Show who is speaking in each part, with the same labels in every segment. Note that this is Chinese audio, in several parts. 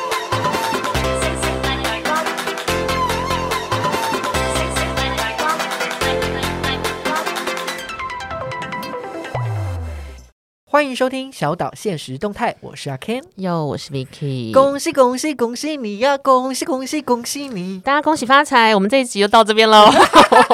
Speaker 1: 星星發亮光，星星發亮光，發發發光。
Speaker 2: 欢迎收听小岛现实动态，我是阿 Ken。
Speaker 3: 哟，我是 Vicky，
Speaker 2: 恭喜恭喜恭喜你呀、恭喜恭喜恭喜你！
Speaker 3: 大家恭喜发财！我们这一集就到这边 喽，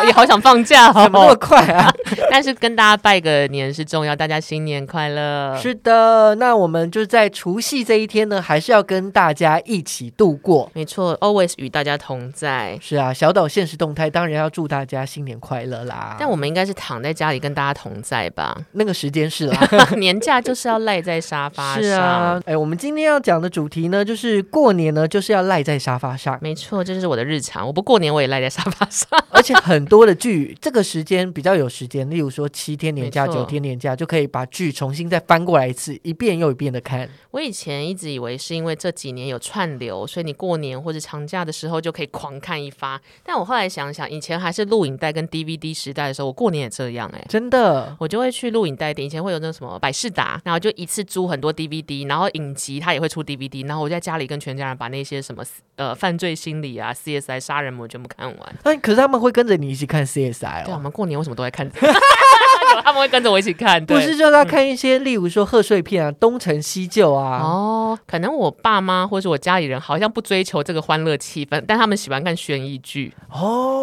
Speaker 3: 也好想放假
Speaker 2: 怎么那么
Speaker 3: 哦。
Speaker 2: 快 啊？
Speaker 3: 但是跟大家拜个年是重要，大家新年快乐！
Speaker 2: 是的，那我们就在除夕这一天呢，还是要跟大家一起度过。
Speaker 3: 没错，always 与大家同在。
Speaker 2: 是啊，小岛现实动态当然要祝大家新年快乐啦！
Speaker 3: 但我们应该是躺在家里跟大家同在吧？
Speaker 2: 那个时间是啦、
Speaker 3: 年假就是要赖在沙 发上。，
Speaker 2: 是啊，哎，我们今天要讲的主题呢，就是过年呢，就是要赖在沙发上
Speaker 3: 没错，这就是我的日常。我不过年我也赖在沙发上。
Speaker 2: 而且很多的剧这个时间比较有时间，例如说七天年假、
Speaker 3: 没错
Speaker 2: 九天年假，就可以把剧重新再翻过来一次，一遍又一遍的看。
Speaker 3: 我以前一直以为是因为这几年有串流，所以你过年或者长假的时候就可以狂看一发。但我后来想想，以前还是录影带跟 DVD 时代的时候，我过年也这样哎、
Speaker 2: 真的，
Speaker 3: 我就会去录影带店，以前会有那种什么百事达，然后就一次租很多 DVD，然后影集它也会出 DVD，然后我在家里跟全家人把那些什么呃犯罪心理啊、CSI 杀人魔全部看完。
Speaker 2: 那可是他们会跟着你一起看 CSI
Speaker 3: 对啊，我
Speaker 2: 哦。
Speaker 3: 们过年为什么都在看？ 有他们会跟着我一起看，对
Speaker 2: 不是，就是要看一些，例如说贺岁片啊，《东成西就》啊，
Speaker 3: 哦，可能我爸妈或是我家里人好像不追求这个欢乐气氛，但他们喜欢看悬疑剧，
Speaker 2: 哦，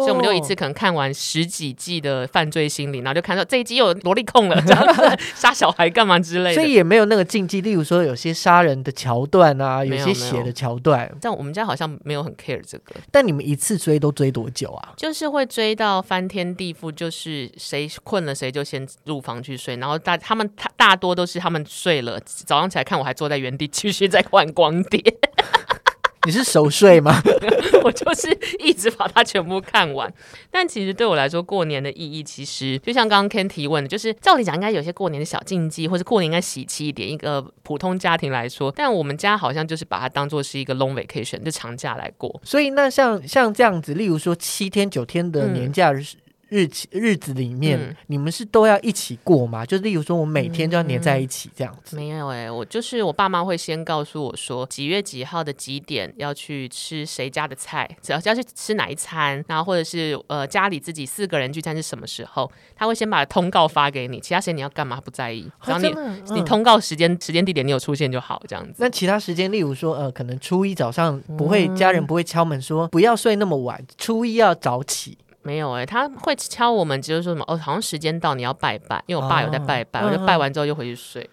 Speaker 3: 嗯所以我们就一次可能看完十几季的犯罪心理，然后就看到这一集又有萝莉控了，这样子 杀小孩干嘛之类
Speaker 2: 所以
Speaker 3: 的。
Speaker 2: 也没有那个禁忌，例如说有些杀人的桥段啊，有
Speaker 3: 没有
Speaker 2: 些血的桥段，
Speaker 3: 但我们家好像没有很 care 这个，
Speaker 2: 但你们一次追都追多久啊？
Speaker 3: 就是会追到翻天地覆，就是谁困了谁就先入房去睡，然后大他们他大多都是他们睡了，早上起来看我还坐在原地继续在换光碟，
Speaker 2: 你是熟睡吗？
Speaker 3: 我就是一直把它全部看完。但其实对我来说，过年的意义其实就像刚刚 Ken 提问的，就是照理讲应该有些过年的小禁忌，或者过年应该喜气一点。一个普通家庭来说，但我们家好像就是把它当做是一个 long vacation，就长假来过。
Speaker 2: 所以那像像这样子，例如说七天九天的
Speaker 3: 嗯
Speaker 2: 年假日、日期日子里面，
Speaker 3: 嗯
Speaker 2: 你们是都要一起过吗？就例如说我每天就要黏在一起这样子。
Speaker 3: 没有哎、我就是我爸妈会先告诉我说几月几号的几点要去吃谁家的菜，只要要去吃哪一餐，然后或者是呃家里自己四个人聚餐是什么时候，他会先把通告发给你，其他时间你要干嘛不在意，只要
Speaker 2: 啊
Speaker 3: 你、
Speaker 2: 真的
Speaker 3: 你
Speaker 2: 嗯
Speaker 3: 通告时间、时间、地点你有出现就好，这样子。
Speaker 2: 那其他时间，例如说，呃，可能初一早上不会，家人不会敲门说不要睡那么晚，初一要早起。
Speaker 3: 没有哎、他会敲我们，就是说什么哦，好像时间到，你要拜拜，因为我爸有在拜拜，
Speaker 2: 哦啊
Speaker 3: 我就拜完之后又回去睡，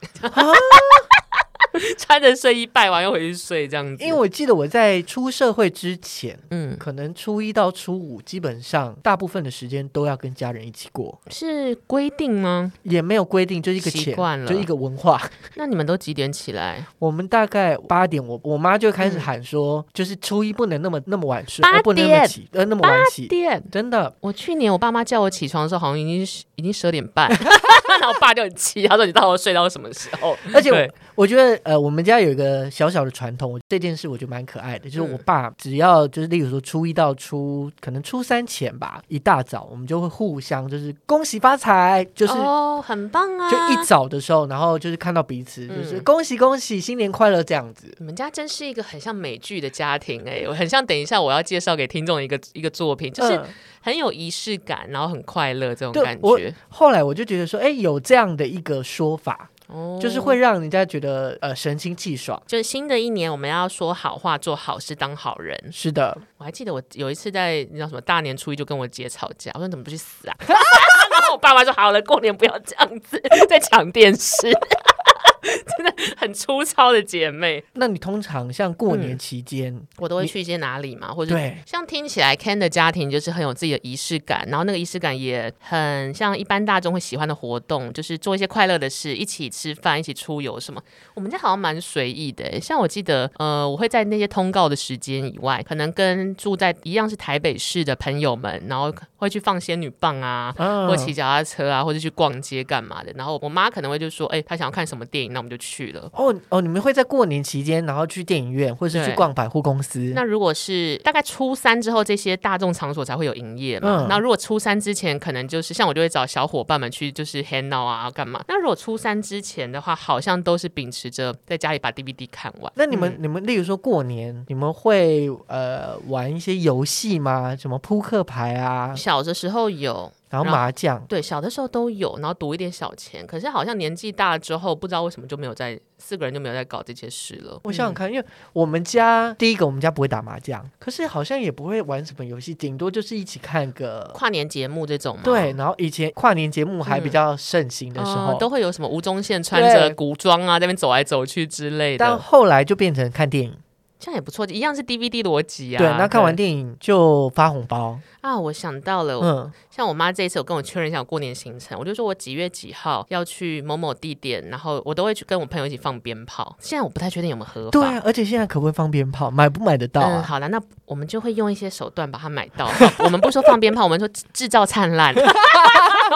Speaker 3: 穿着睡衣拜完又回去睡这样子。
Speaker 2: 因为我记得我在出社会之前，
Speaker 3: 嗯，
Speaker 2: 可能初一到初五，基本上大部分的时间都要跟家人一起过，
Speaker 3: 是规定吗？
Speaker 2: 也没有规定，就是一个
Speaker 3: 习
Speaker 2: 潜
Speaker 3: 惯了
Speaker 2: 就一个文化。
Speaker 3: 那你们都几点起来？
Speaker 2: 我们大概八点，我我妈就开始喊说，就是初一不能那么那么晚睡，
Speaker 3: 嗯八
Speaker 2: 呃不能那么
Speaker 3: 点
Speaker 2: 起，呃，那么晚起，
Speaker 3: 点。
Speaker 2: 真的。
Speaker 3: 我去年我爸妈叫我起床的时候，好像已经是已经十二点 半， 然后我爸就很气，他说你到底睡到什么时候？
Speaker 2: 而且我
Speaker 3: 对
Speaker 2: 我觉得，呃，我们家有一个小小的传统，这件事我觉得蛮可爱的，
Speaker 3: 嗯
Speaker 2: 就是我爸只要就是，例如说初一到初，可能初三前吧，一大早我们就会互相就是恭喜发财，就是。
Speaker 3: 哦，很棒啊！
Speaker 2: 就一早的时候，然后就是看到彼此，就是
Speaker 3: 嗯
Speaker 2: 恭喜恭喜，新年快乐这样子。
Speaker 3: 你们家真是一个很像美剧的家庭哎、我很像等一下我要介绍给听众一个一个作品，就是
Speaker 2: 嗯
Speaker 3: 很有仪式感，然后很快乐这种
Speaker 2: 对
Speaker 3: 感
Speaker 2: 我
Speaker 3: 觉，
Speaker 2: 后来我就觉得说，哎，有这样的一个说法，
Speaker 3: 哦
Speaker 2: 就是会让人家觉得呃神清气爽。
Speaker 3: 就是新的一年我们要说好话、做好事、当好人。
Speaker 2: 是的，
Speaker 3: 我还记得我有一次在你知道什么大年初一就跟我姐吵架，我说你怎么不去死啊？ 然后我爸妈说好了，过年不要这样子，在抢电视。 真的很粗糙的姐妹，
Speaker 2: 那你通常像
Speaker 3: 嗯
Speaker 2: 过年期间，
Speaker 3: 我都会去一些哪里嘛，或者
Speaker 2: 对
Speaker 3: 像听起来 Ken 的家庭就是很有自己的仪式感，然后那个仪式感也很像一般大众会喜欢的活动，就是做一些快乐的事，一起吃饭，一起出游什么。我们家好像蛮随意的耶，欸像我记得，呃，我会在那些通告的时间以外，可能跟住在一样是台北市的朋友们，然后会去放仙女棒啊，
Speaker 2: 嗯
Speaker 3: 或骑脚踏车啊，或者去逛街干嘛的。然后我妈可能会就说，哎、她想要看什么电影，那我们就去了。
Speaker 2: 哦哦，你们会在过年期间，然后去电影院，或是去
Speaker 3: 对
Speaker 2: 逛百货公司？
Speaker 3: 那如果是大概初三之后，这些大众场所才会有营业嘛
Speaker 2: 嗯？
Speaker 3: 那、如果初三之前，可能就是像我就会找小伙伴们去，就是 hang out 啊，干嘛？那如果初三之前的话，好像都是秉持着在家里把 DVD 看完。
Speaker 2: 那你们、你们，例如说过年，你们会呃玩一些游戏吗？什么扑克牌啊，
Speaker 3: 小的时候有，
Speaker 2: 然
Speaker 3: 然后
Speaker 2: 后麻将，
Speaker 3: 对，小的时候都有，然后赌一点小钱。可是好像年纪大了之后，不知道为什么就没有在四个人就没有在搞这些事了。嗯
Speaker 2: 我想想看，因为我们家第一个我们家不会打麻将，可是好像也不会玩什么游戏，顶多就是一起看个
Speaker 3: 跨年节目这种嘛，
Speaker 2: 对。然后以前跨年节目还比
Speaker 3: 嗯
Speaker 2: 较盛行的时候，
Speaker 3: 哦都会有什么吴宗宪穿着
Speaker 2: 对
Speaker 3: 古装啊，在那边走来走去之类
Speaker 2: 但
Speaker 3: 的，
Speaker 2: 后来就变成看电影。
Speaker 3: 这样也不错，一样是 DVD 逻辑啊。
Speaker 2: 对，那看完电影就发红包。
Speaker 3: 啊，我想到了，
Speaker 2: 嗯，
Speaker 3: 像我妈这一次有跟我确认一下我过年行程，我就说我几月几号要去某某地点，然后我都会去跟我朋友一起放鞭炮。现在我不太确定有没有合法。
Speaker 2: 对啊，而且现在可不可以放鞭炮？买不买得到
Speaker 3: 嗯，
Speaker 2: 啊？
Speaker 3: 好了，那我们就会用一些手段把它买到。好我们不说放鞭炮，我们说制制造灿烂。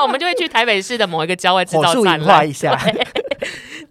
Speaker 3: 我们就会去台北市的某一个郊外制
Speaker 2: 火
Speaker 3: 造
Speaker 2: 速
Speaker 3: 灿
Speaker 2: 引化
Speaker 3: 烂
Speaker 2: 一。下。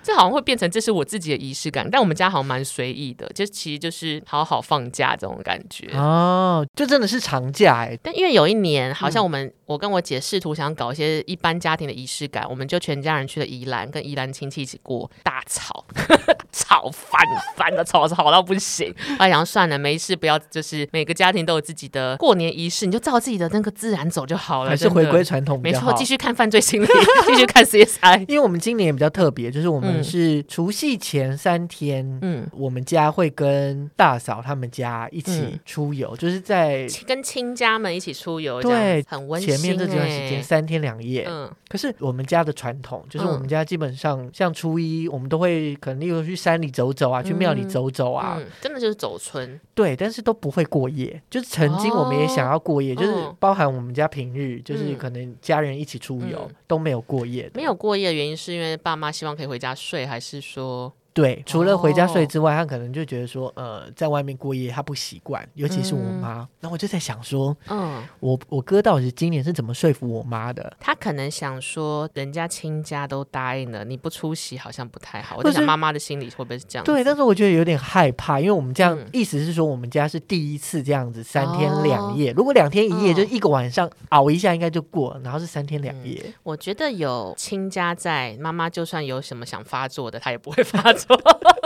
Speaker 3: 这好像会变成这是我自己的仪式感，但我们家好像蛮随意的，就其实就是好好放假这种感觉。
Speaker 2: 哦，就真的是长假哎、
Speaker 3: 但因为有一年，好像
Speaker 2: 嗯
Speaker 3: 我们、我跟我姐试图想搞一些一般家庭的仪式感，我们就全家人去了宜兰，跟宜兰亲戚一起过，大吵， 吵翻翻的吵吵到不行。哎，然后算了，没事，不要，就是每个家庭都有自己的过年仪式，你就照自己的那个自然走就好了。
Speaker 2: 还是
Speaker 3: 真的
Speaker 2: 回归，传统比
Speaker 3: 没
Speaker 2: 较
Speaker 3: 错，
Speaker 2: 好
Speaker 3: 继。续看犯罪心理，继续看 CSI。
Speaker 2: 因为我们今年也比较特别，就是我们
Speaker 3: 嗯
Speaker 2: 是除夕前三天，
Speaker 3: 嗯，
Speaker 2: 我们家会跟大嫂他们家一起
Speaker 3: 嗯
Speaker 2: 出游，就是在
Speaker 3: 跟亲家们一起出游，这样
Speaker 2: 对
Speaker 3: 很温馨、欸
Speaker 2: 前面这段时间，三天两夜。
Speaker 3: 嗯，
Speaker 2: 可是我们家的传统就是，
Speaker 3: 嗯
Speaker 2: 我们家基本上像初一，我们都会可能例如去山里走走啊，去庙里走走啊，
Speaker 3: 嗯，真的就是走村，
Speaker 2: 对，但是都不会过夜。就是曾经我们也想要过夜，
Speaker 3: 哦
Speaker 2: 就是包含我们家平日，就是
Speaker 3: 嗯
Speaker 2: 可能家人一起出游、
Speaker 3: 嗯
Speaker 2: 都没有过夜的，
Speaker 3: 没有过夜的原因是因为爸妈希望可以回家睡，还是说，
Speaker 2: 对，除了回家睡
Speaker 3: 哦
Speaker 2: 之外，他可能就觉得说，呃，在外面过夜他不习惯，尤其是我
Speaker 3: 嗯
Speaker 2: 妈。然后我就在想说，
Speaker 3: 嗯，
Speaker 2: 我我哥到底今年是怎么说服我妈的？
Speaker 3: 他可能想说人家亲家都答应了，你不出席好像不太好。我
Speaker 2: 或
Speaker 3: 在
Speaker 2: 是
Speaker 3: 想妈妈的心里会不会是这样子？
Speaker 2: 对，但是我觉得有点害怕，因为我们这样，
Speaker 3: 嗯
Speaker 2: 意思是说我们家是第一次这样子三天
Speaker 3: 哦
Speaker 2: 两夜。如果两天一夜，
Speaker 3: 嗯
Speaker 2: 就一个晚上熬一下应该就过了，然后是三天两夜。
Speaker 3: 我觉得有亲家在，妈妈就算有什么想发作的，她也不会发作。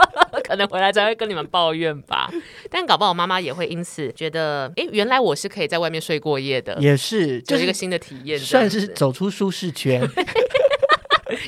Speaker 3: 可能回来才会跟你们抱怨吧，但搞不好妈妈也会因此觉得，诶，原来我是可以在外面睡过夜的，
Speaker 2: 呃也是，就
Speaker 3: 就是一个
Speaker 2: 是
Speaker 3: 新的体验这样子。
Speaker 2: 算是走出舒适圈。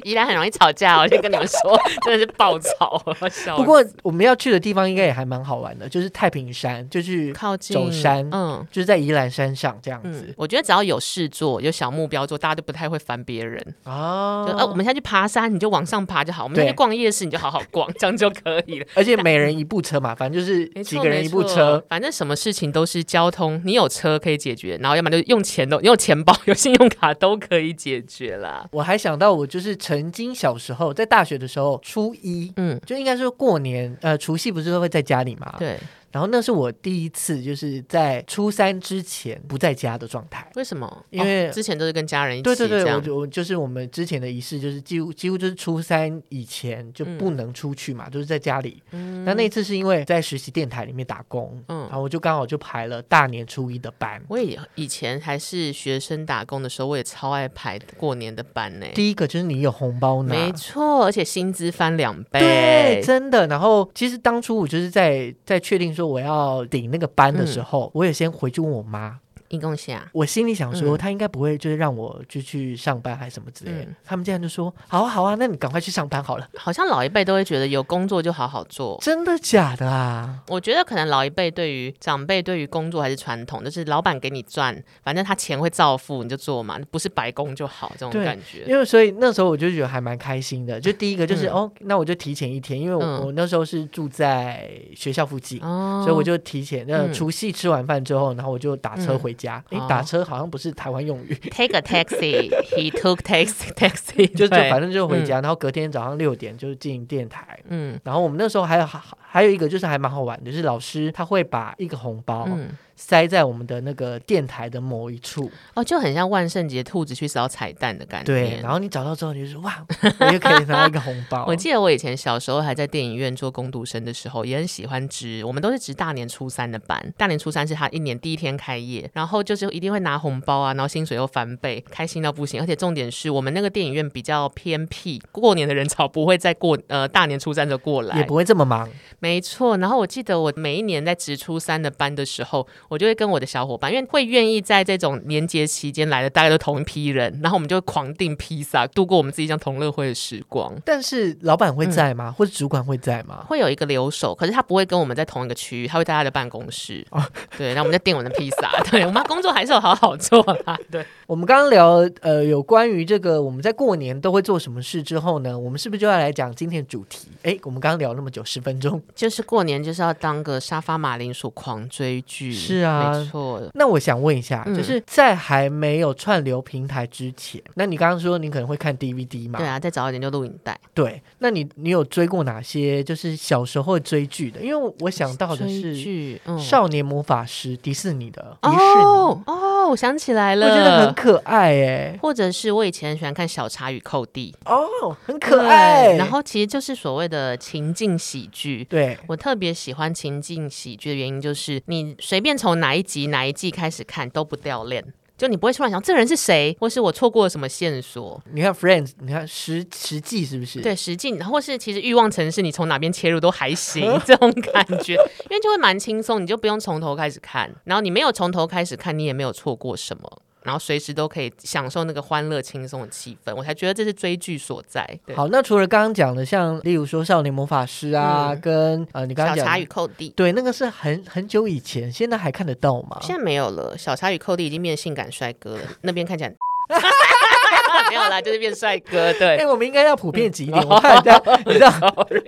Speaker 3: 宜兰很容易吵架哦，我先跟你们说，真的是爆吵，我要笑死。
Speaker 2: 不过我们要去的地方应该也还蛮好玩的，就是太平山，就是
Speaker 3: 靠近
Speaker 2: 走山
Speaker 3: 嗯
Speaker 2: 就是在宜兰山上这样
Speaker 3: 嗯
Speaker 2: 子，
Speaker 3: 我觉得只要有事做，有小目标做，大家就不太会烦别人。
Speaker 2: 啊。
Speaker 3: 就呃，我们现在去爬山，你就往上爬就好；我们现在
Speaker 2: 对
Speaker 3: 去逛夜市，你就好好逛，这样就可以了。
Speaker 2: 而且每人一部车嘛，反正就是
Speaker 3: 没
Speaker 2: 几
Speaker 3: 错，
Speaker 2: 个人一部
Speaker 3: 没错
Speaker 2: 车。，
Speaker 3: 反正什么事情都是交通，你有车可以解决，然后要么就用钱都用钱包、 有信用卡都可以解决啦。
Speaker 2: 我还想到，我就是曾经小时候在大学的时候，初一
Speaker 3: 嗯，
Speaker 2: 就应该说过年，呃，除夕不是都会在家里嘛？。
Speaker 3: 对，
Speaker 2: 然后那是我第一次就是在初三之前不在家的状态。
Speaker 3: 为什么？
Speaker 2: 因为
Speaker 3: 哦之前都是跟家人一起
Speaker 2: 对对
Speaker 3: 这
Speaker 2: 对，我
Speaker 3: 样，
Speaker 2: 就我就是我们之前的仪式，就是几乎几乎就是初三以前就不能出去嘛，就是在家里。
Speaker 3: 嗯
Speaker 2: 那那一次是因为在实习电台里面打工，
Speaker 3: 嗯
Speaker 2: 然后我就刚好就排了大年初一的班。
Speaker 3: 我也以前还是学生打工的时候，我也超爱排过年的班呢、
Speaker 2: 第一个就是你有红包拿，
Speaker 3: 没错，而且薪资翻两倍。
Speaker 2: 对，真的。然后其实当初我就是在在确定说我要顶那个班的时候，我也先回去问我妈，
Speaker 3: 一共下。
Speaker 2: 我心里想说
Speaker 3: 嗯
Speaker 2: 她应该不会就是让我就去上班还是什么之类的。
Speaker 3: 嗯
Speaker 2: 他们竟然就说好啊好啊，那你赶快去上班好了。
Speaker 3: 好像老一辈都会觉得有工作就好好做。
Speaker 2: 真的假的啊？
Speaker 3: 我觉得可能老一辈对于长辈对于工作还是传统，就是老板给你赚，反正他钱会照付，你就做嘛，不是白工就好这种
Speaker 2: 对
Speaker 3: 感觉。
Speaker 2: 因为所以那时候我就觉得还蛮开心的。就第一个就是、
Speaker 3: 嗯
Speaker 2: 哦，那我就提前一天，因为我、
Speaker 3: 嗯
Speaker 2: 我那时候是住在学校附近。
Speaker 3: 哦
Speaker 2: 所以我就提前，呃，
Speaker 3: 嗯
Speaker 2: 除夕吃完饭之后，然后我就打车
Speaker 3: 嗯
Speaker 2: 回家。诶，
Speaker 3: 哦
Speaker 2: 打车好像不是台湾用语，
Speaker 3: take a taxi, he took taxi taxi，
Speaker 2: 就就
Speaker 3: 对
Speaker 2: 反正就回家，然后隔天早上六点就进电台。
Speaker 3: 嗯
Speaker 2: 然后我们那时候还有还还有一个就是还蛮好玩的，就是老师他会把一个红包
Speaker 3: 嗯
Speaker 2: 塞在我们的那个电台的某一处，
Speaker 3: 哦，就很像万圣节兔子去扫彩蛋的感觉。
Speaker 2: 对，然后你找到之后，你就说哇，我又可以拿到一个红包。
Speaker 3: 我记得我以前小时候还在电影院做工读生的时候，也很喜欢值。我们都是值大年初三的班，大年初三是他一年第一天开业，然后就是一定会拿红包啊，然后薪水又翻倍，开心到不行。而且重点是我们那个电影院比较偏僻，过年的人潮不会在过呃大年初三就过来，
Speaker 2: 也不会这么忙，
Speaker 3: 没错，然后我记得我每一年在值初三的班的时候，我就会跟我的小伙伴，因为会愿意在这种年节期间来的，大概都同一批人，然后我们就会狂订披萨，度过我们自己像同乐会的时光。
Speaker 2: 但是老板会在
Speaker 3: 嗯
Speaker 2: 吗？或者主管会在吗？
Speaker 3: 会有一个留守，可是他不会跟我们在同一个区域，他会在他的办公室。
Speaker 2: 哦
Speaker 3: 对，然后我们在订我们的披萨。 对，我们工作还是有好好 做啦。对，
Speaker 2: 我们刚刚聊呃有关于这个我们在过年都会做什么事之后呢，我们是不是就要来讲今天的主题？哎，我们刚刚聊那么久，十分钟。
Speaker 3: 就是过年就是要当个沙发马铃薯狂追剧。
Speaker 2: 是啊
Speaker 3: 没错。
Speaker 2: 那我想问一下，
Speaker 3: 嗯
Speaker 2: 就是在还没有串流平台之前，那你刚刚说你可能会看 DVD 嘛？
Speaker 3: 对啊，再早一点就录影带。
Speaker 2: 对，那你你有追过哪些就是小时候追剧的？因为我我想到的
Speaker 3: 追
Speaker 2: 是《
Speaker 3: 剧，嗯
Speaker 2: 哦少年魔法师》，迪士尼的迪士尼，
Speaker 3: 哦哦，我想起来
Speaker 2: 我
Speaker 3: 了，
Speaker 2: 觉得很可爱哎、
Speaker 3: 或者是我以前很喜欢看《小茶与寇弟
Speaker 2: 哦，很》，可爱。
Speaker 3: 对然后其实就是所谓的情境喜剧。
Speaker 2: 对，
Speaker 3: 我特别喜欢情境喜剧的原因就是，你随便从哪一集哪一季开始看都不掉链，就你不会突然想这个人是谁，或是我错过了什么线索。
Speaker 2: 你看 Friends，你看实实际是不是？
Speaker 3: 对，实际，然后或是其实欲望城市，你从哪边切入都还行， 这种感觉，因为就会蛮轻松，你就不用从头开始看，然后你没有从头开始看，你也没有错过什么，然后随时都可以享受那个欢乐轻松的气氛，我才觉得这是追剧所在。对，
Speaker 2: 好，那除了刚刚讲的，像例如说《少年魔法师》啊，
Speaker 3: 嗯
Speaker 2: 跟呃你刚
Speaker 3: 小
Speaker 2: 刚
Speaker 3: 茶
Speaker 2: 讲
Speaker 3: 与
Speaker 2: 的，
Speaker 3: 寇弟。
Speaker 2: 对，那个是很很久以前，现在还看得到吗？
Speaker 3: 现在没有了，小茶与寇弟已经变性感帅哥了，那边看起来 没有啦，就是变帅哥，
Speaker 2: 哎、
Speaker 3: 对。嗯
Speaker 2: 我们应该要普遍级一点，我怕人 家，你知道，
Speaker 3: Sorry，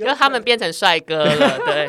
Speaker 3: 因为他们变成帅哥了。对，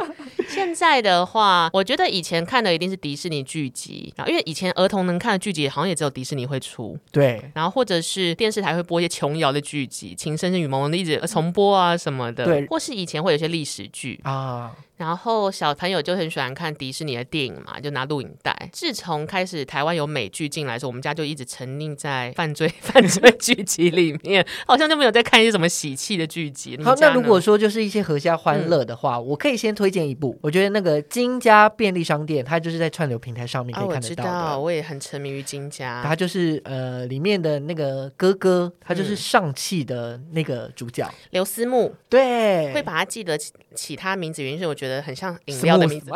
Speaker 3: 现在的话，我觉得以前看的一定是迪士尼剧集，然后因为以前儿童能看的剧集好像也只有迪士尼会出，
Speaker 2: 对
Speaker 3: 然后或者是电视台会播一些琼瑶的剧集，《情深深雨蒙蒙》的一直重播啊什么的，
Speaker 2: 对
Speaker 3: 或是以前会有一些历史剧，
Speaker 2: 啊，
Speaker 3: 然后小朋友就很喜欢看迪士尼的电影嘛，就拿录影带。自从开始台湾有美剧进来的时候，我们家就一直沉溺在犯罪 犯罪剧集里面，好像就没有在看一些什么喜气的剧集。你
Speaker 2: 好，
Speaker 3: 们家
Speaker 2: 那
Speaker 3: 呢嗯
Speaker 2: 如果说就是一些合家欢乐的话，我可以先推荐一部，我觉得那个金家便利商店，它就是在串流平台上面可
Speaker 3: 啊，
Speaker 2: 以
Speaker 3: 我
Speaker 2: 看得
Speaker 3: 知
Speaker 2: 到
Speaker 3: 道，
Speaker 2: 的。
Speaker 3: 我也很沉迷于金家。
Speaker 2: 它就是呃，里面的那个哥哥，他
Speaker 3: 嗯
Speaker 2: 就是上汽的那个主角，
Speaker 3: 刘思慕
Speaker 2: 对，
Speaker 3: 会把他记得起起他名字，原因是我觉得很像饮料的名字，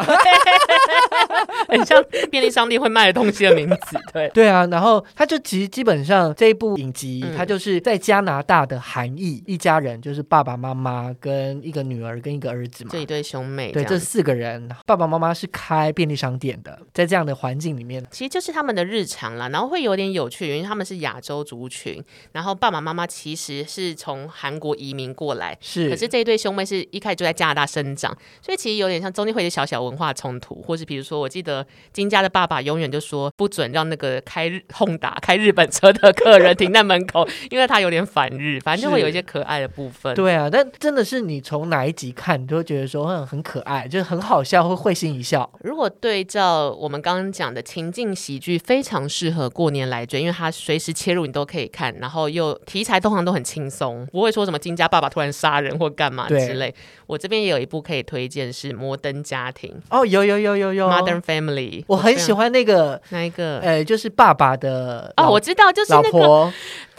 Speaker 3: 很像便利商店会卖的东西的名字。 对，
Speaker 2: 对啊，然后他就其实基本上这一部影集，
Speaker 3: 嗯
Speaker 2: 他就是在加拿大的韩裔一家人，就是爸爸妈妈跟一个女儿跟一个儿子嘛
Speaker 3: 这。一对兄妹这
Speaker 2: 对，
Speaker 3: 样
Speaker 2: 这
Speaker 3: 子，
Speaker 2: 四个人，爸爸妈妈是开便利商店的，在这样的环境里面，
Speaker 3: 其实就是他们的日常啦，然后会有点有趣，因为他们是亚洲族群，然后爸爸妈妈其实是从韩国移民过来，
Speaker 2: 是
Speaker 3: 可是这一对兄妹是一开始就在加拿大生长，所以其实有点像中间会有一些小小文化冲突，或是比如说，我记得金家的爸爸永远就说不准让那个开日轰打开日本车的客人停在门口，因为他有点反日，反正就会有一些可爱的部分。
Speaker 2: 对啊，但真的是你从哪一集看，你都会觉得说很很可爱，就是很好笑，会会心一笑。
Speaker 3: 如果对照我们刚刚讲的情境喜剧，非常适合过年来追，因为它随时切入你都可以看，然后又题材通常都很轻松，不会说什么金家爸爸突然杀人或干嘛
Speaker 2: 对
Speaker 3: 之类。我这边也有一部可以推荐是《摩登家庭
Speaker 2: 哦，有有有有》有
Speaker 3: （Modern Family），
Speaker 2: 我很喜欢那个，
Speaker 3: 那一个。
Speaker 2: 呃，就是爸爸的
Speaker 3: 嗯哦，
Speaker 2: 老
Speaker 3: 我知道，就是
Speaker 2: 老
Speaker 3: 那个
Speaker 2: 婆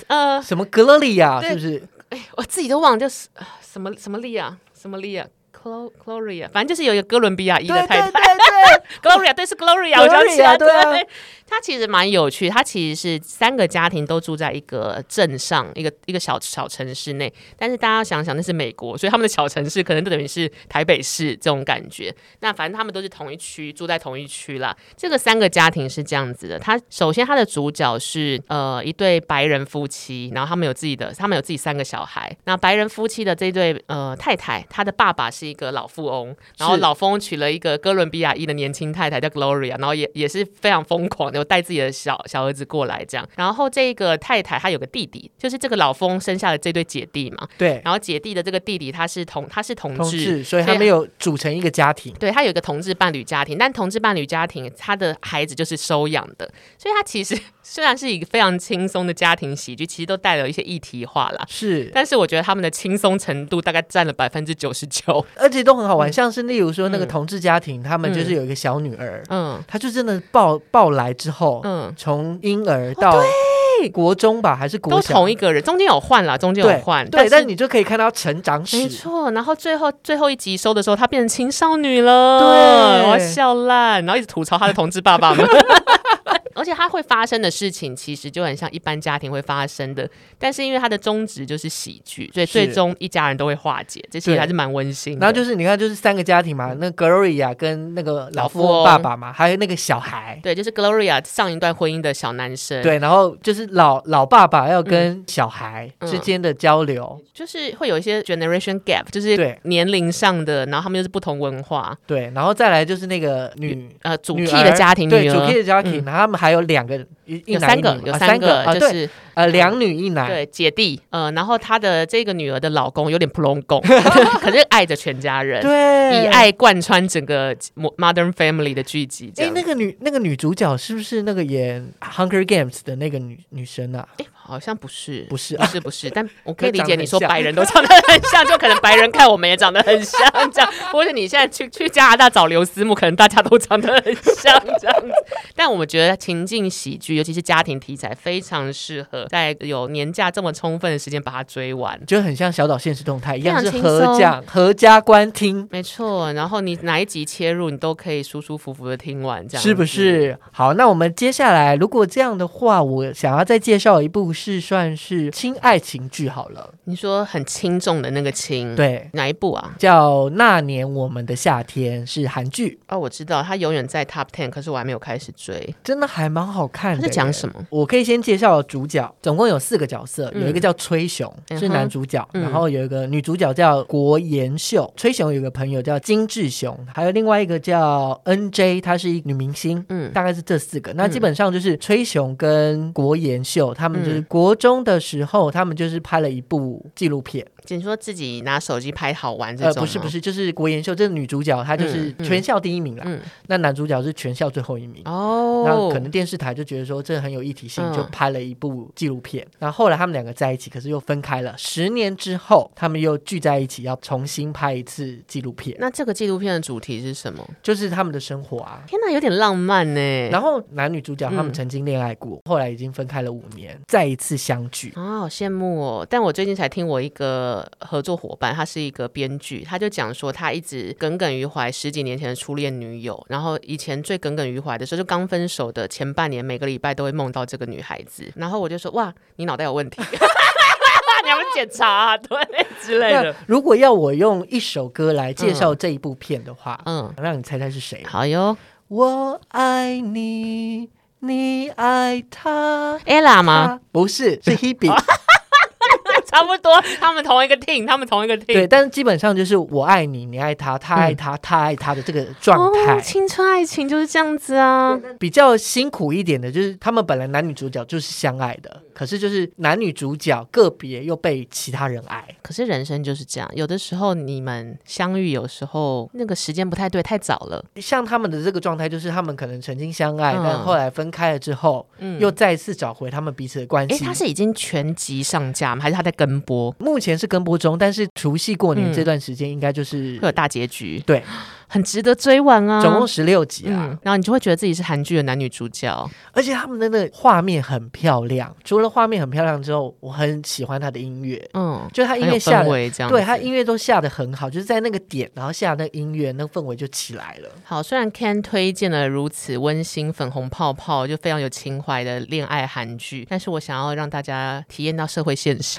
Speaker 3: 呃，
Speaker 2: 什么格勒利亚，
Speaker 3: 对
Speaker 2: 是不是？
Speaker 3: 哎，我自己都忘了，就是呃什么什么利亚，什么利亚。Clo Gloria，反正就是有一个哥伦比亚裔的
Speaker 2: 对
Speaker 3: 太
Speaker 2: 对对
Speaker 3: 太
Speaker 2: 对，
Speaker 3: ，Gloria，对，是 Gloria，我想起来，
Speaker 2: Gloria，对啊
Speaker 3: 她其实蛮有趣，她其实是三个家庭都住在一个镇上，一个一个小小城市内，但是大家要想想那是美国，所以他们的小城市可能就等于是台北市这种感觉。那反正他们都是同一区，住在同一区啦。这个三个家庭是这样子的，他首先他的主角是呃一对白人夫妻，然后他们有自己的，他们有自己三个小孩。那白人夫妻的这对呃太太，她的爸爸是一个老富翁，然后
Speaker 2: 是
Speaker 3: 老富翁娶了一个哥伦比亚裔的年亲太太叫 Gloria，然后也也是非常疯狂的，有带自己的小小儿子过来这样。然后这个太太她有个弟弟，就是这个老风生下的这对姐弟 嘛。
Speaker 2: 对，
Speaker 3: 然后姐弟的这个弟弟他是同他嗯是同
Speaker 2: 同
Speaker 3: 志，
Speaker 2: 志，
Speaker 3: 所
Speaker 2: 所以
Speaker 3: 以
Speaker 2: 他们有组成一个家庭。
Speaker 3: 对他有一个同志伴侣家庭，但同志伴侣家庭他的孩子就是收养的，所以他其实 虽然是一个非常轻松的家庭喜剧，其实都带有一些议题化啦。
Speaker 2: 是，
Speaker 3: 但是我觉得他们的轻松程度大概占了百分之九十九。
Speaker 2: 而且都很好玩，像是例如说那个
Speaker 3: 嗯
Speaker 2: 同志家庭，他们就
Speaker 3: 嗯
Speaker 2: 是有一个小女儿，
Speaker 3: 嗯
Speaker 2: 她就真的抱抱来之后，
Speaker 3: 嗯，
Speaker 2: 从婴儿到国中吧，还是
Speaker 3: 都
Speaker 2: 国小，
Speaker 3: 同一个人，中间有换啦，中间有
Speaker 2: 对
Speaker 3: 换，
Speaker 2: 对，
Speaker 3: 但
Speaker 2: 但
Speaker 3: 是
Speaker 2: 你就可以看到成长
Speaker 3: 没
Speaker 2: 史。
Speaker 3: 错。然后最后最后一集收的时候，她变成青少女了，
Speaker 2: 对
Speaker 3: 我要笑烂，然后一直吐槽她的同志爸 爸们。而且它会发生的事情，其实就很像一般家庭会发生的，但是因为它的宗旨就是喜剧，所以
Speaker 2: 是
Speaker 3: 最终一家人都会化解，这其实
Speaker 2: 对
Speaker 3: 还是蛮温馨的。
Speaker 2: 然后就是你看，就是三个家庭嘛，那 Gloria 跟那个
Speaker 3: 嗯老哦
Speaker 2: 老富
Speaker 3: 富翁
Speaker 2: 翁爸爸嘛，还有那个小孩，
Speaker 3: 对，就是 Gloria 上一段婚姻的小男生，，
Speaker 2: 对，然后就是老老爸爸要跟小孩
Speaker 3: 嗯
Speaker 2: 之间的交流，
Speaker 3: 就是会有一些 generation gap，就是
Speaker 2: 对
Speaker 3: 年龄上的，然后他们又是不同文化，
Speaker 2: 对，然后再来就是那个女
Speaker 3: 呃，主
Speaker 2: 女
Speaker 3: key
Speaker 2: 儿
Speaker 3: 的家庭，
Speaker 2: 对
Speaker 3: 女
Speaker 2: 主
Speaker 3: 儿嗯
Speaker 2: K 的家庭，然后他们还有两个一一
Speaker 3: 有
Speaker 2: 男
Speaker 3: 三
Speaker 2: 一
Speaker 3: 个，
Speaker 2: 女嘛，
Speaker 3: 有
Speaker 2: 啊
Speaker 3: 三个，
Speaker 2: 啊，
Speaker 3: 就
Speaker 2: 对，
Speaker 3: 是嗯
Speaker 2: 呃，两女一男，
Speaker 3: 对姐弟，呃，然后她的这个女儿的老公有点普龙公， 可是爱着全家人，
Speaker 2: 对，
Speaker 3: 以。爱贯穿整个 Mo- Modern Family 的剧集，这
Speaker 2: 哎
Speaker 3: 样，
Speaker 2: 那个女那个女主角是不是那个演《Hunger Games》的那个女女生啊？
Speaker 3: 诶好像不是，
Speaker 2: 不是
Speaker 3: 不
Speaker 2: 啊
Speaker 3: 是，不 是，但我可以
Speaker 2: 那
Speaker 3: 理
Speaker 2: 长
Speaker 3: 解
Speaker 2: 得
Speaker 3: 你
Speaker 2: 很
Speaker 3: 说
Speaker 2: 像
Speaker 3: 白人都长得很像，就可能白人看我们也长得很像这样，或者你现在去去加拿大找刘思慕，可能大家都长得很像这样子。但我们觉得情境喜剧，尤其是家庭题材，非常适合在有年假这么充分的时间把它追完。
Speaker 2: 就很像小岛现实动态一样，
Speaker 3: 非
Speaker 2: 是
Speaker 3: 常轻松
Speaker 2: 合家合家观听，
Speaker 3: 没错，然后你哪一集切入，你都可以舒舒服服的听完，这样
Speaker 2: 是不
Speaker 3: 子？
Speaker 2: 是？好，那我们接下来如果这样的话，我想要再介绍一部是算是亲爱情剧好了，
Speaker 3: 你说很轻重的那个轻，，
Speaker 2: 对，
Speaker 3: 哪一部啊？
Speaker 2: 叫《那年我们的夏天》，是韩剧，
Speaker 3: 哦，我知道，它永远在 Top Ten，可是我还没有开始追。
Speaker 2: 真的还蛮好看
Speaker 3: 它
Speaker 2: 的。
Speaker 3: 是讲什么？
Speaker 2: 我可以先介绍主角，总共有四个角色，
Speaker 3: 嗯
Speaker 2: 有一个叫崔雄
Speaker 3: 嗯哼
Speaker 2: 是男主角，
Speaker 3: 嗯
Speaker 2: 然后有一个女主角叫国妍秀，崔雄有个朋友叫金志雄，还有另外一个叫 N J，她是一女明星。
Speaker 3: 嗯，
Speaker 2: 大概是这四个，那
Speaker 3: 嗯
Speaker 2: 基本上就是崔雄跟国妍秀，他
Speaker 3: 嗯
Speaker 2: 们就是国中的时候，他们就是拍了一部纪录片，
Speaker 3: 仅说自己拿手机拍好玩这
Speaker 2: 呃，
Speaker 3: 种、
Speaker 2: 不是不，是，就是国妍秀这个女主角，她就是
Speaker 3: 嗯嗯
Speaker 2: 全校第一名啦，
Speaker 3: 嗯，
Speaker 2: 那男主角是全校最后一名。
Speaker 3: 哦，
Speaker 2: 那可能电视台就觉得说这很有议题性，
Speaker 3: 嗯
Speaker 2: 就拍了一部纪录片。然后后来他们两个在一起，可是又分开了。十年之后，他们又聚在一起，要重新拍一次纪录片，
Speaker 3: 那这个纪录片的主题是什么？
Speaker 2: 就是他们的生活啊。
Speaker 3: 天哪，有点浪漫呢。
Speaker 2: 然后男女主角他们
Speaker 3: 嗯
Speaker 2: 曾经恋爱过，后来已经分开了五年，再一次相聚。
Speaker 3: 啊、好羡慕哦！但我最近才听我一个合作伙伴，他是一个编剧，他就讲说他一直耿耿于怀十几年前的初恋女友，然后以前最耿耿于怀的时候，就刚分手的前半年，每个礼拜都会梦到这个女孩子，然后我就说哇，你脑袋有问题， 你要不检查、啊、 对之类
Speaker 2: 那
Speaker 3: 的，
Speaker 2: 如果要我用一首歌来介绍这一部片的话，
Speaker 3: 嗯，
Speaker 2: 让你猜猜是谁？
Speaker 3: 好哟
Speaker 2: 我爱你，你爱他。
Speaker 3: ，ella 吗？
Speaker 2: 他不是，是
Speaker 3: 哦
Speaker 2: Hebe。
Speaker 3: 差不多，他们同一个 team，他们同一个 team，
Speaker 2: 对，但是基本上就是我爱你，你爱他，他爱他，他爱他的这个状
Speaker 3: 嗯哦，
Speaker 2: 态。
Speaker 3: 青春爱情就是这样子啊。
Speaker 2: 比较辛苦一点的就是，他们本来男女主角就是相爱的，可是就是男女主角个别又被其他人爱。
Speaker 3: 可是人生就是这样，有的时候你们相遇，有时候那个时间不太对，太早了。
Speaker 2: 像他们的这个状态，就是他们可能曾经相爱，
Speaker 3: 嗯
Speaker 2: 但后来分开了之后，
Speaker 3: 嗯
Speaker 2: 又再次找回他们彼此的关
Speaker 3: 诶，
Speaker 2: 系。
Speaker 3: 他是已经全集上架吗？还是他在跟播？
Speaker 2: 目前是跟播中，但是除夕过
Speaker 3: 嗯
Speaker 2: 年这段时间应该就是、
Speaker 3: 会有大结局，
Speaker 2: 对，
Speaker 3: 很值得追完啊！
Speaker 2: 总共十六集啊。
Speaker 3: 嗯，然后你就会觉得自己是韩剧的男女主角。
Speaker 2: 而且他们的那个画面很漂亮，除了画面很漂亮之后，我很喜欢他的音乐，
Speaker 3: 嗯，
Speaker 2: 就是他
Speaker 3: 很
Speaker 2: 音
Speaker 3: 有
Speaker 2: 乐下
Speaker 3: 氛
Speaker 2: 的，
Speaker 3: 围这样子。
Speaker 2: 对他音乐都下的很好，就是在那个点，然后下那个音乐，那个氛围就起来了。
Speaker 3: 好，虽然 Ken 推荐了如此温馨、粉红泡泡，就非常有情怀的恋爱韩剧，但是我想要让大家体验到社会现 实。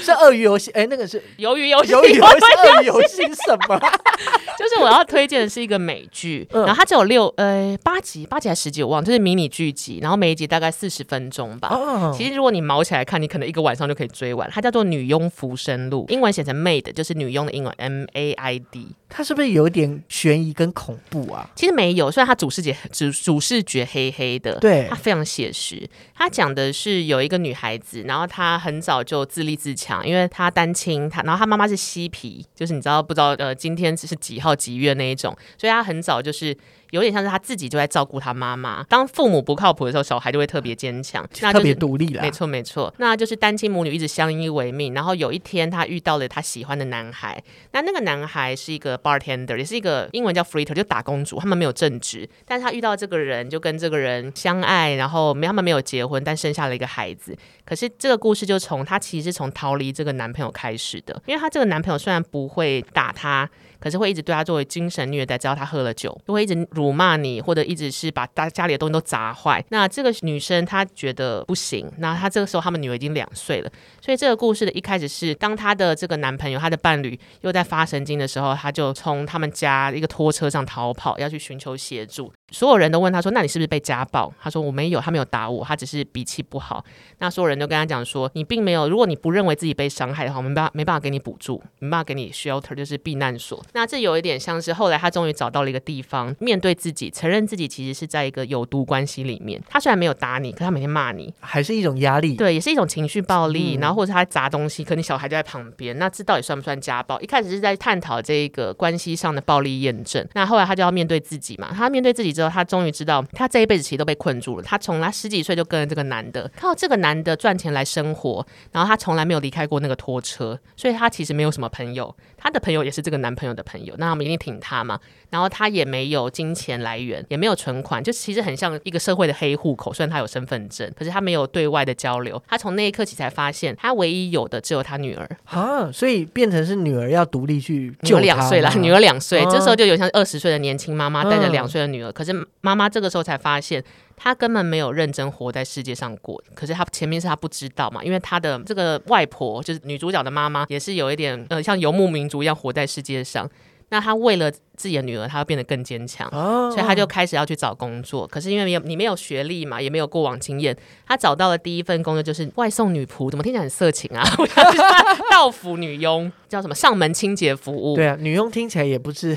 Speaker 2: 是鳄鱼游戏，哎，那 个是
Speaker 3: 由于游戏，
Speaker 2: 鱿鱼游戏，鳄鱼游戏是什 么？
Speaker 3: 就是我要推荐的是一个美剧，
Speaker 2: 嗯
Speaker 3: 然后它只有六呃八集，八集还是十集我忘了，就是迷你剧集，然后每一集大概四十分钟吧。
Speaker 2: 哦，
Speaker 3: 其实，如果你毛起来看，你可能一个晚上就可以追完。它叫做《女佣浮生录》，英文写成 “maid”，就是女佣的英文 “M A I D”。
Speaker 2: 它是不是有点悬疑跟恐怖啊？
Speaker 3: 其实没有，虽然他主视觉主主视觉黑黑的，
Speaker 2: 对
Speaker 3: 他非常写实。他讲的是有一个女孩子，然后她很早就自立自强，因为她单亲，她然后她妈妈是嬉皮，就是你知道不知道呃今天是几号几月那一种，所以她很早就是。有点像是她自己就在照顾她妈妈。当父母不靠谱的时候，小孩就会特别坚强，那就
Speaker 2: 特
Speaker 3: 是
Speaker 2: 别独立啦
Speaker 3: 没。错，没错，那就是单亲母女一直相依为命。然后有一天，她遇到了她喜欢的男孩，那那个男孩是一个 bartender，也是一个英文叫 freeter，就打工族。他们没有正职，但是她遇到这个人，就跟这个人相爱，然后没他们没有结婚，但生下了一个孩子。可是这个故事就从她其实是从逃离这个男朋友开始的，因为她这个男朋友虽然不会打她，可是会一直对她作为精神虐待，只要她喝了酒，就会一直辱骂你，或者一直是把大家里的东西都砸坏。那这个女生她觉得不行，那她这个时候她们女儿已经两岁了，所以这个故事的一开始是当她的这个男朋友、她的伴侣又在发神经的时候，她就从他们家一个拖车上逃跑，要去寻求协助。所有人都问她说：“那你是不是被家暴？”她说：“我没有，他没有打我，他只是脾气不好。”那所有人都跟他讲说，你并没有，如果你不认为自己被伤害的话，我们没办法没办法给你补助，没办法给你 shelter，就是避难所。那这有一点像是后来他终于找到了一个地方，面对自己，承认自己其实是在一个有毒关系里面。他虽然没有打你，可他每天骂你，
Speaker 2: 还是一种压力，
Speaker 3: 对，也是一种情绪暴力，然后或者他砸东西，可你小孩就在旁边，那这到底算不算家暴？一开始是在探讨这个关系上的暴力验证，那后来他就要面对自己嘛。他面对自己之后，他终于知道他这一辈子其实都被困住了。他从他十几岁就跟着这个男的，靠这个男的赚钱来生活，然后他从来没有离开过那个拖车，所以他其实没有什么朋友，他的朋友也是这个男朋友的朋友，那他们一定挺他嘛。然后他也没有金钱来源，也没有存款，就其实很像一个社会的黑户口。虽然他有身份证，可是他没有对外的交流。他从那一刻起才发现，他唯一有的只有他女儿。
Speaker 2: 啊，所以变成是女儿要独立去
Speaker 3: 女
Speaker 2: 救
Speaker 3: 儿两
Speaker 2: 她
Speaker 3: 岁了，
Speaker 2: 吗
Speaker 3: 女儿两岁，
Speaker 2: 哦
Speaker 3: 这时候就有像二十岁的年轻妈妈带着
Speaker 2: 嗯
Speaker 3: 两岁的女儿。可是妈妈这个时候才发现，她根本没有认真活在世界上过。可是她前面是她不知道嘛，因为她的这个外婆就是女主角的妈妈，也是有一点呃像游牧民族一样活在世界上。那她为了自己的女儿，她要变得更坚强。
Speaker 2: 哦，
Speaker 3: 所以他就开始要去找工作。可是因为没有你没有学历嘛，也没有过往经验，他找到了第一份工作就是外送女仆，怎么听起来很色情啊？ 我想去当到府女佣叫什么上门清洁服务，
Speaker 2: 对啊，女佣听起来也不是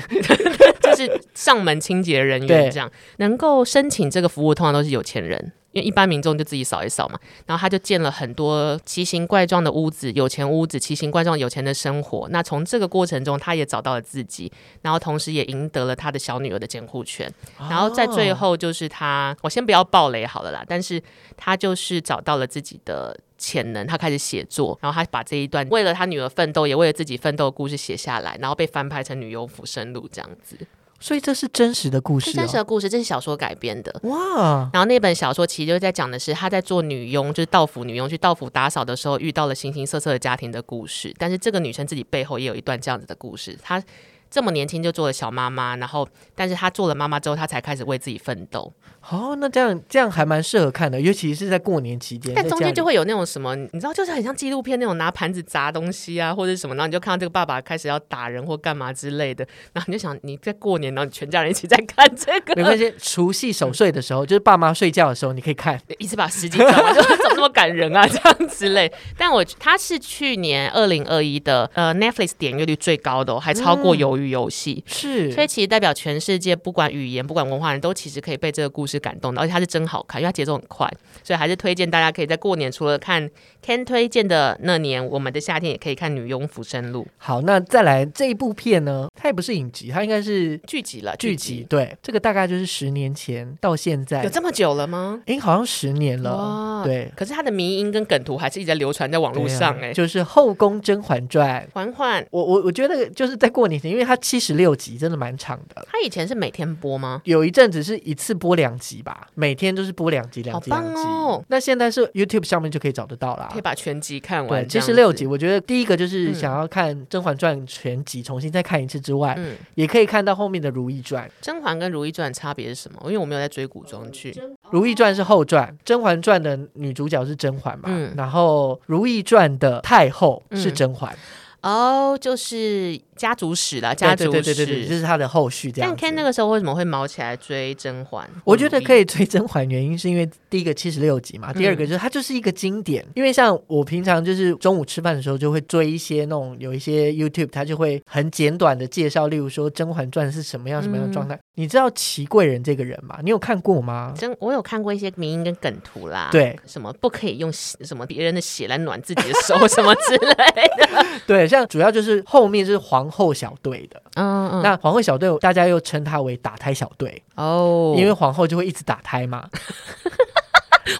Speaker 3: 就是上门清洁人员
Speaker 2: 对
Speaker 3: 这样。能够申请这个服务，通常都是有钱人。因为一般民众就自己扫一扫嘛，然后他就建了很多奇形怪状的屋子，有钱屋子，奇形怪状有钱的生活。那从这个过程中，他也找到了自己，然后同时也赢得了他的小女儿的监护权。
Speaker 2: 哦
Speaker 3: 然后在最后就是他，我先不要暴雷好了啦，但是他就是找到了自己的。潜能，他开始写作，然后他把这一段为了他女儿奋斗，也为了自己奋斗的故事写下来，然后被翻拍成《女优浮生录》这样子。
Speaker 2: 所以这是真实的故
Speaker 3: 这
Speaker 2: 事、
Speaker 3: 真实
Speaker 2: 哦。
Speaker 3: 的故事，这是小说改编的。
Speaker 2: 哇，
Speaker 3: 然后那本小说其实就在讲的是她在做女佣，就是道府女佣去道府打扫的时候遇到了形形色色的家庭的故事。但是这个女生自己背后也有一段这样子的故事。她这么年轻就做了小妈妈，然后但是她做了妈妈之后，她才开始为自己奋斗。
Speaker 2: 哦，那这样这样还蛮适合看的，尤其是在过年期间。
Speaker 3: 但
Speaker 2: 在
Speaker 3: 中
Speaker 2: 家
Speaker 3: 间
Speaker 2: 里
Speaker 3: 就会有那种什么，你知道，就是很像纪录片那种拿盘子砸东西啊，或者是什么，然后你就看到这个爸爸开始要打人或干嘛之类的，然后你就想你在过年，然后你全家人一起在看这个，
Speaker 2: 没关系，除夕守岁的时候，就是爸妈睡觉的时候，你可以看。
Speaker 3: 一次把十几张，我就怎么那么感人啊，这样之类。但我它是去年二零二一的呃 Netflix 点阅率最高的、哦，还超
Speaker 2: 嗯
Speaker 3: 过《鱿鱼游戏》
Speaker 2: 是
Speaker 3: 所以其实代表全世界，不管语言，不管文化人都其实可以被这个故事感动的，而且它是真好看，因为它节奏很快，所以还是推荐大家可以在过年除了看 Ken 推荐的那年我们的夏天，也可以看《女佣浮生录
Speaker 2: 好，那再来这一部片呢，它也不是影集，它应该是》
Speaker 3: 剧集了，
Speaker 2: 剧集。。对，这个大概就是十年前到现在
Speaker 3: 有，这么久了吗？
Speaker 2: 诶，好像十年了
Speaker 3: 哇。
Speaker 2: 对，
Speaker 3: 可是它的迷音跟梗图还是一直在流传在网络
Speaker 2: 对啊
Speaker 3: 上哎、
Speaker 2: 就是《后宫甄嬛传》。
Speaker 3: 嬛嬛，
Speaker 2: 我我我觉得就是在过年前，因为它七十六集，真的蛮长的。
Speaker 3: 它以前是每天播吗？
Speaker 2: 有一阵子是一次播两集吧，每天都是播两集，两集，
Speaker 3: 好棒
Speaker 2: 两集。
Speaker 3: 哦
Speaker 2: 那现在是 YouTube 上面就可以找得到啦
Speaker 3: 可以。把全集看
Speaker 2: 对，
Speaker 3: 完，
Speaker 2: 七十六集，。我觉得第一
Speaker 3: 嗯
Speaker 2: 个就是想要看《甄嬛传》全集，重新再看一次之外，
Speaker 3: 嗯，
Speaker 2: 也可以看到后面的《如懿传》。
Speaker 3: 甄嬛跟《如懿传》差别是什么？因为我没有在追古装剧，
Speaker 2: 《如懿传》是后传，《甄嬛传》的女主角是甄嬛嘛，
Speaker 3: 嗯
Speaker 2: 然后《如懿传》的太后是
Speaker 3: 嗯
Speaker 2: 甄嬛，
Speaker 3: 哦，就是家族史啦，
Speaker 2: 对
Speaker 3: 家
Speaker 2: 对
Speaker 3: 族
Speaker 2: 对对对对，就
Speaker 3: 史。
Speaker 2: 是它的后续这样
Speaker 3: 但
Speaker 2: 子。
Speaker 3: Ken 那个时候为什么会毛起来追甄嬛？
Speaker 2: 我觉得可
Speaker 3: 以，
Speaker 2: 以追甄嬛，原因是因为第一个七十六集
Speaker 3: 嗯
Speaker 2: 嘛，第二个就是它就是一个经典。因为像我平常就是中午吃饭的时候就会追一些那种有一些 YouTube，它就会很简短的介绍，例如说《甄嬛传》是什么样什么
Speaker 3: 嗯
Speaker 2: 样的状态。你知道祺贵人这个人吗？你有看过吗？
Speaker 3: 真我有看过一些名音跟梗图啦，
Speaker 2: 对，
Speaker 3: 什么不可以用血什么别人的血来暖自己的手什么之 类的，
Speaker 2: 对，像主要就是后面是皇后小队的，
Speaker 3: 嗯嗯，
Speaker 2: 那皇后小队大家又称它为打胎小队，
Speaker 3: 哦，
Speaker 2: 因为皇后就会一直打胎嘛。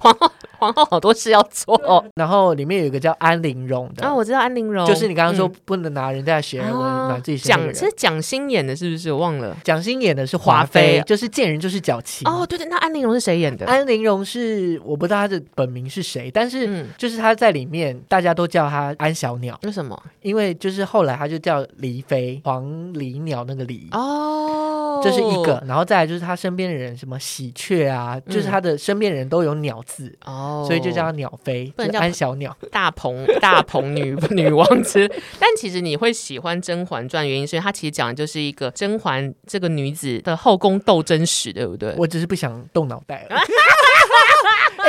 Speaker 3: 皇后皇后好多事要做哦，
Speaker 2: 然后里面有一个叫安陵容的，
Speaker 3: 啊，我知道安陵容，
Speaker 2: 就是你刚刚说
Speaker 3: 嗯
Speaker 2: 不能拿人家的血来
Speaker 3: 啊
Speaker 2: 暖自己身
Speaker 3: 蒋
Speaker 2: 那个人
Speaker 3: 是蒋欣演的，是不是？我忘了。
Speaker 2: 蒋欣演的是华妃，
Speaker 3: 华妃
Speaker 2: 就是贱人就是矫情。
Speaker 3: 哦，对对，那安陵容是谁演的？
Speaker 2: 安陵容是我不知道她的本名是谁，但是
Speaker 3: 嗯，
Speaker 2: 就是她在里面大家都叫她安小鸟，
Speaker 3: 为什么？
Speaker 2: 因为就是后来她就叫黎妃，黄鹂鸟那个鹂。
Speaker 3: 哦，
Speaker 2: 这是一个，然后再来就是她身边的人，什么喜鹊啊，就是她的身边的人都有鸟字，
Speaker 3: 哦，
Speaker 2: 所以就叫她鸟妃，
Speaker 3: 不能
Speaker 2: 就是
Speaker 3: 叫
Speaker 2: 安小鸟。
Speaker 3: 大鹏 大鹏女女王之。但其实你会喜欢《甄嬛传》，原因是因为它其实讲的就是一个甄嬛这个女子的后宫斗争史，对不对？
Speaker 2: 我只是不想动脑袋 而已。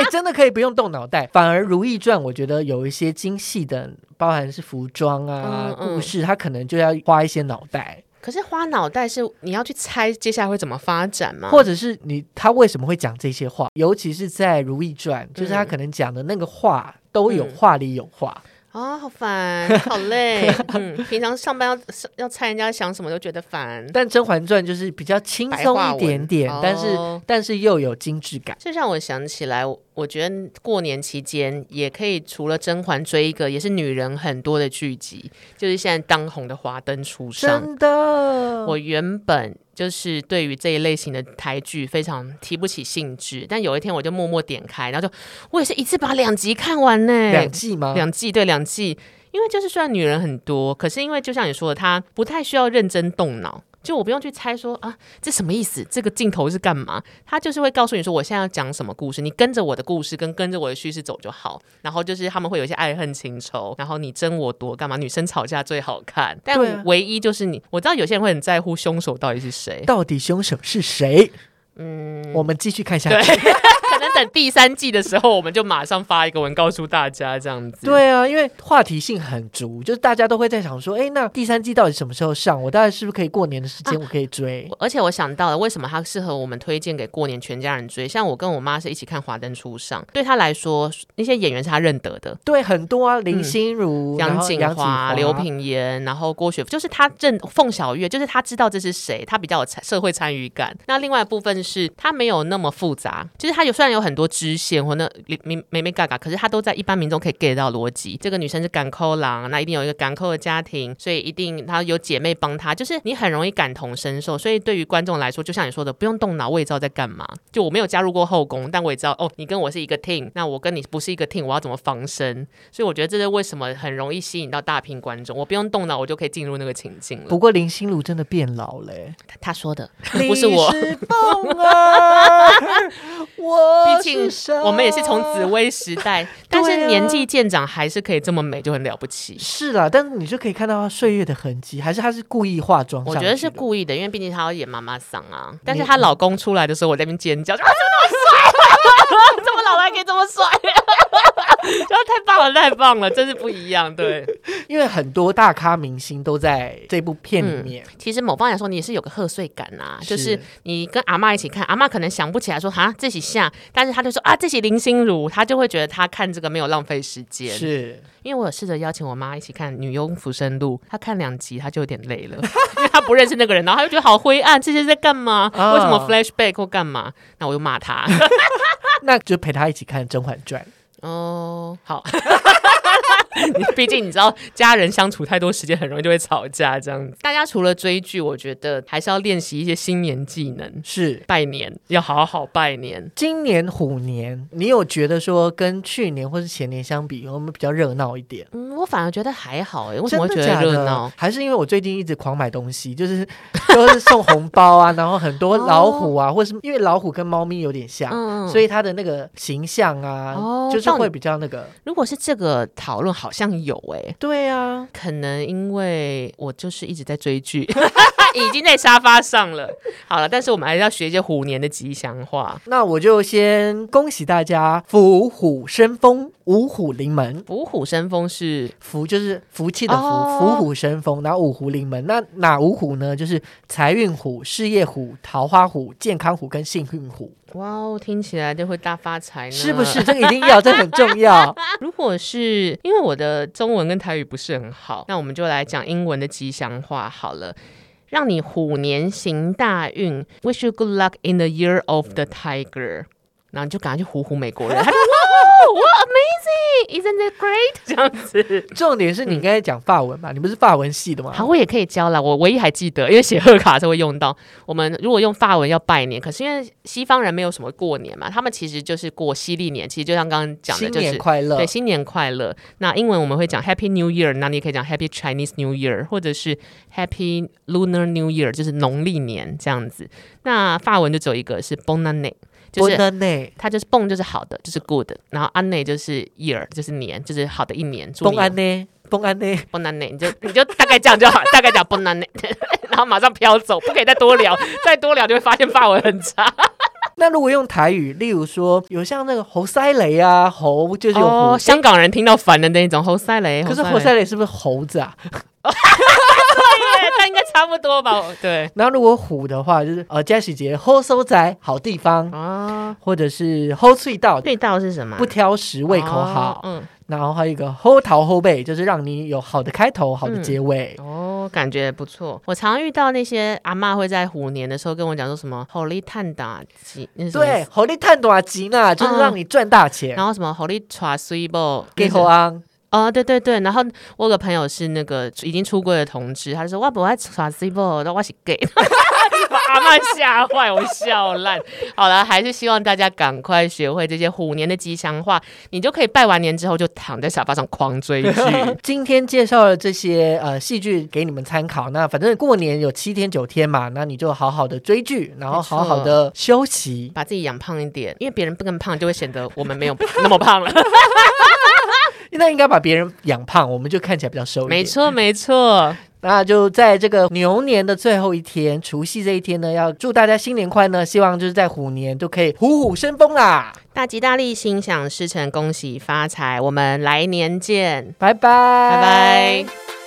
Speaker 2: 哎、真的可以不用动脑袋，反而《如懿传》我觉得有一些精细的，包含是服装啊
Speaker 3: 嗯、嗯
Speaker 2: 故事，它可能就要花一些脑袋，
Speaker 3: 可是花脑袋是你要去猜接下来会怎么发展吗？
Speaker 2: 或者是你他为什么会讲这些话，尤其是在《如懿传》，就是他
Speaker 3: 嗯
Speaker 2: 可能讲的那个话都有
Speaker 3: 嗯
Speaker 2: 话里有话。
Speaker 3: 啊、好烦，好 累。嗯，平常上班要要猜人家想什么都觉得烦。
Speaker 2: 但《甄嬛传》就是比较轻
Speaker 3: 白
Speaker 2: 松
Speaker 3: 话
Speaker 2: 一点
Speaker 3: 文
Speaker 2: 点，但是、
Speaker 3: 哦
Speaker 2: 但是又有精致感。
Speaker 3: 这让我想起来，我我觉得过年期间也可以除了甄嬛追一个也是女人很多的剧集，就是现在当红的《华灯初上》。
Speaker 2: 真的，
Speaker 3: 我原本就是对于这一类型的台剧非常提不起兴致，但有一天我就默默点开，然后就我也是一次把两集看完呢，
Speaker 2: 两季吗？
Speaker 3: 两季对两季，因为就是虽然女人很多，可是因为就像你说的，她不太需要认真动脑。就我不用去猜说啊，这什么意思？这个镜头是干嘛？她就是会告诉你说，我现在要讲什么故事，你跟着我的故事跟跟着我的叙事走就好。然后就是他们会有一些爱恨情仇，然后你争我夺干嘛？女生吵架最好看，但
Speaker 2: 对啊
Speaker 3: 唯一就是你，我知道有些人会很在乎凶手到底是谁，
Speaker 2: 到底凶手是谁？嗯，我们继续看下去。啊
Speaker 3: 可能等第三季的时候，我们就马上发一个文告诉大家这样子。
Speaker 2: 对啊，因为话题性很足，就是大家都会在想说，哎，那第三季到底什么时候上？我大概是不是可以过年的时啊间我可以追？
Speaker 3: 我而且我想到了，为什么它适合我们推荐给过年全家人追？像我跟我妈是一起看《华灯初上》，对她来说，那些演员是她认得的，
Speaker 2: 对，很多啊，林心如、然
Speaker 3: 杨
Speaker 2: 后
Speaker 3: 锦
Speaker 2: 杨
Speaker 3: 华、刘，品言，然后郭雪，就是她认凤小岳，就是她知道这是谁，她比较有参社会参与感。那另外一部分是她没有那么复杂，就是她有虽然有很多支线或那明明妹嘎嘎，可是她都在一般民众可以 get 到逻辑。这个女生是港口郎，那一定有一个港口的家庭，所以一定她有姐妹帮她，就是你很容易感同身受。所以对于观众来说，就像你说的，不用动脑，我也知道在干嘛。就我没有加入过后宫，但我也知道哦，你跟我是一个 team，那我跟你不是一个 team，我要怎么防身？所以我觉得这是为什么很容易吸引到大屏观众，我不用动脑，我就可以进入那个情境了。
Speaker 2: 不过林心如真的变老了、欸，
Speaker 3: 他他说的 不是 我
Speaker 2: 你，是风儿，我
Speaker 3: 毕竟
Speaker 2: 是沙
Speaker 3: 我们也是从紫。薇时 代，但
Speaker 2: 对
Speaker 3: 是
Speaker 2: 啊
Speaker 3: 年纪渐长还是可以这么美，就很了不起。
Speaker 2: 是啦，但是你就可以看到她岁月的痕迹，还是她是故意化妆上
Speaker 3: 我
Speaker 2: 去
Speaker 3: 觉
Speaker 2: 的？
Speaker 3: 得是故意的，因为毕竟她要演妈妈桑啊。但是
Speaker 2: 你
Speaker 3: 她老公出来的时候，我在那边尖叫，就啊， 怎么那么帅？这么老了还可以这么帅？ 然后太棒了，太棒了，真是不一样。对，
Speaker 2: 因为很多大咖明星都在这部片里嗯面。
Speaker 3: 嗯其实某方面来说，你也是有个贺岁感啊，
Speaker 2: 是
Speaker 3: 就是你跟阿嬷一起看，阿嬷可能想不起来说哈这起下，但是她就说啊这起林心如，她就会觉得她看这个没有浪费时间。
Speaker 2: 是，
Speaker 3: 因为我有试着邀请我妈一起看《女佣浮生录》，她看两集她就有点累了， 因为她不认识那个人，然后她就觉得好灰暗，这些在干嘛？
Speaker 2: 啊
Speaker 3: 为什么 flashback 或干嘛？那我又骂她。
Speaker 2: 那就陪她一起看《甄嬛传》。
Speaker 3: 哦，好。 毕竟你知道，家人相处太多时间，很容易就会吵架。这样子，大家除了追剧，我觉得还是要练习一些新年技能。
Speaker 2: 是，
Speaker 3: 拜年要好好拜年。
Speaker 2: 今年虎年，你有觉得说跟去年或是前年相比，我们比较热闹一点？
Speaker 3: 嗯，我反而觉得还好哎、为
Speaker 2: 为
Speaker 3: 什么会觉得热闹？？
Speaker 2: 还是因为我最近一直狂买东西，就是 都是送红包啊， 然后很多老虎啊，或是因为老虎跟猫咪有点像，
Speaker 3: 哦嗯嗯
Speaker 2: 所以它的那个形象啊，
Speaker 3: 哦
Speaker 2: 就是会比较那个。
Speaker 3: 如果是这个讨论，好好像有哎、
Speaker 2: 对啊，
Speaker 3: 可能因为我就是一直在追 剧，已经在沙发上了。好了，但是我们还是要学一些虎年的吉祥话。
Speaker 2: 那我就先恭喜大家福虎生风，五虎临门。
Speaker 3: 伏虎生风是
Speaker 2: 福就是福气的福，
Speaker 3: 哦
Speaker 2: 福虎生风，然后五虎临门。那哪五虎呢？就是财运虎、事业虎、桃花虎、健康虎跟幸运虎，
Speaker 3: 哇哦，听起来就会大发财呢，
Speaker 2: 是不是？？这个一定要，这很重要。
Speaker 3: 如果是因为我的中文跟台语不是很好，那我们就来讲英文的吉祥话好了。让你虎年行大运，Wish you good luck in the year of the tiger。然后你就赶快去唬唬美国人， 他就哇，amazing，isn't it great？这样子，
Speaker 2: 重点是你刚才讲法文嘛，你不是法文系的吗？
Speaker 3: 嗯好，我也可以教啦。我唯一还记得，因为写贺卡才会用到。我们如果用法文要拜年，可是因为西方人没有什么过年嘛，他们其实就是过西历年，其实就像刚刚讲的，
Speaker 2: 新
Speaker 3: 就是
Speaker 2: 年快乐
Speaker 3: 对，！新年快乐。那英文我们会讲 Happy New Year，那你也可以讲 Happy Chinese New Year，或者是 Happy Lunar New Year，就是农历年这样子。那法文就只有一个是 b o n a n n e 就
Speaker 2: 不
Speaker 3: 是
Speaker 2: 能呢，
Speaker 3: 它就是 bon 就是好的，就是 good，然后 anne 就是 year，就是年，就是好的一年。祝
Speaker 2: 公
Speaker 3: 你哦
Speaker 2: 安呢，公安呢，
Speaker 3: b o n a n n e 你就你就大概这样就好，大概讲 b o n a n n e 然后马上飘走，不可以再多聊， 再多聊就会发现法文很差。
Speaker 2: 那如果用台语，例如说有像那个侯塞雷啊，侯就是有
Speaker 3: 哦，
Speaker 2: 虎，
Speaker 3: 香港人听到烦的那一种，侯赛雷，
Speaker 2: 可是
Speaker 3: 侯
Speaker 2: 侯
Speaker 3: 赛
Speaker 2: 塞
Speaker 3: 雷，
Speaker 2: 雷是不是猴子啊？
Speaker 3: 对他应该差不多吧？对。
Speaker 2: 然后如果虎的话，就是呃佳喜节好收宅好地方，
Speaker 3: 啊，
Speaker 2: 或者是好隧道
Speaker 3: 味道是什么？啊
Speaker 2: 不挑食，胃口
Speaker 3: 哦
Speaker 2: 好。
Speaker 3: 嗯，
Speaker 2: 然后还有一个后桃后背，就是让你有好的开头，好的结尾。
Speaker 3: 哦，感觉不错。我常遇到那些阿嬷会在虎年的时候跟我讲说什么“猴力探打鸡”，那是嗯什么意
Speaker 2: 对
Speaker 3: 思，嗯
Speaker 2: 猴利探短吉呢，就是让你赚大钱。
Speaker 3: 然后什么“猴力抓水波”，
Speaker 2: 给猴安，
Speaker 3: 哦，对对对。然后我有个朋友是那个已经出柜的同志，他就说：“我不爱抓水波，我是 gay。” 把阿嬷吓坏，我笑烂。好了，还是希望大家赶快学会这些虎年的吉祥话，你就可以拜完年之后就躺在沙发上狂追剧。
Speaker 2: 今天介绍了这些呃戏剧给你们参考。那反正过年有七天九天嘛，那你就好好的追剧，然后好好的休息。
Speaker 3: 把自己养胖一点，因为别人不更胖，就会显得我们没有 那么胖了。
Speaker 2: 那应该把别人养胖，我们就看起来比较瘦一点。
Speaker 3: 没 错，没错，
Speaker 2: 那就在这个牛年的最后一天，除夕这一天呢，要祝大家新年快乐，希望就是在虎年都可以虎虎生风啦，
Speaker 3: 大吉大利，心想事成，恭喜发财，我们来年见，
Speaker 2: 拜拜，
Speaker 3: 拜拜。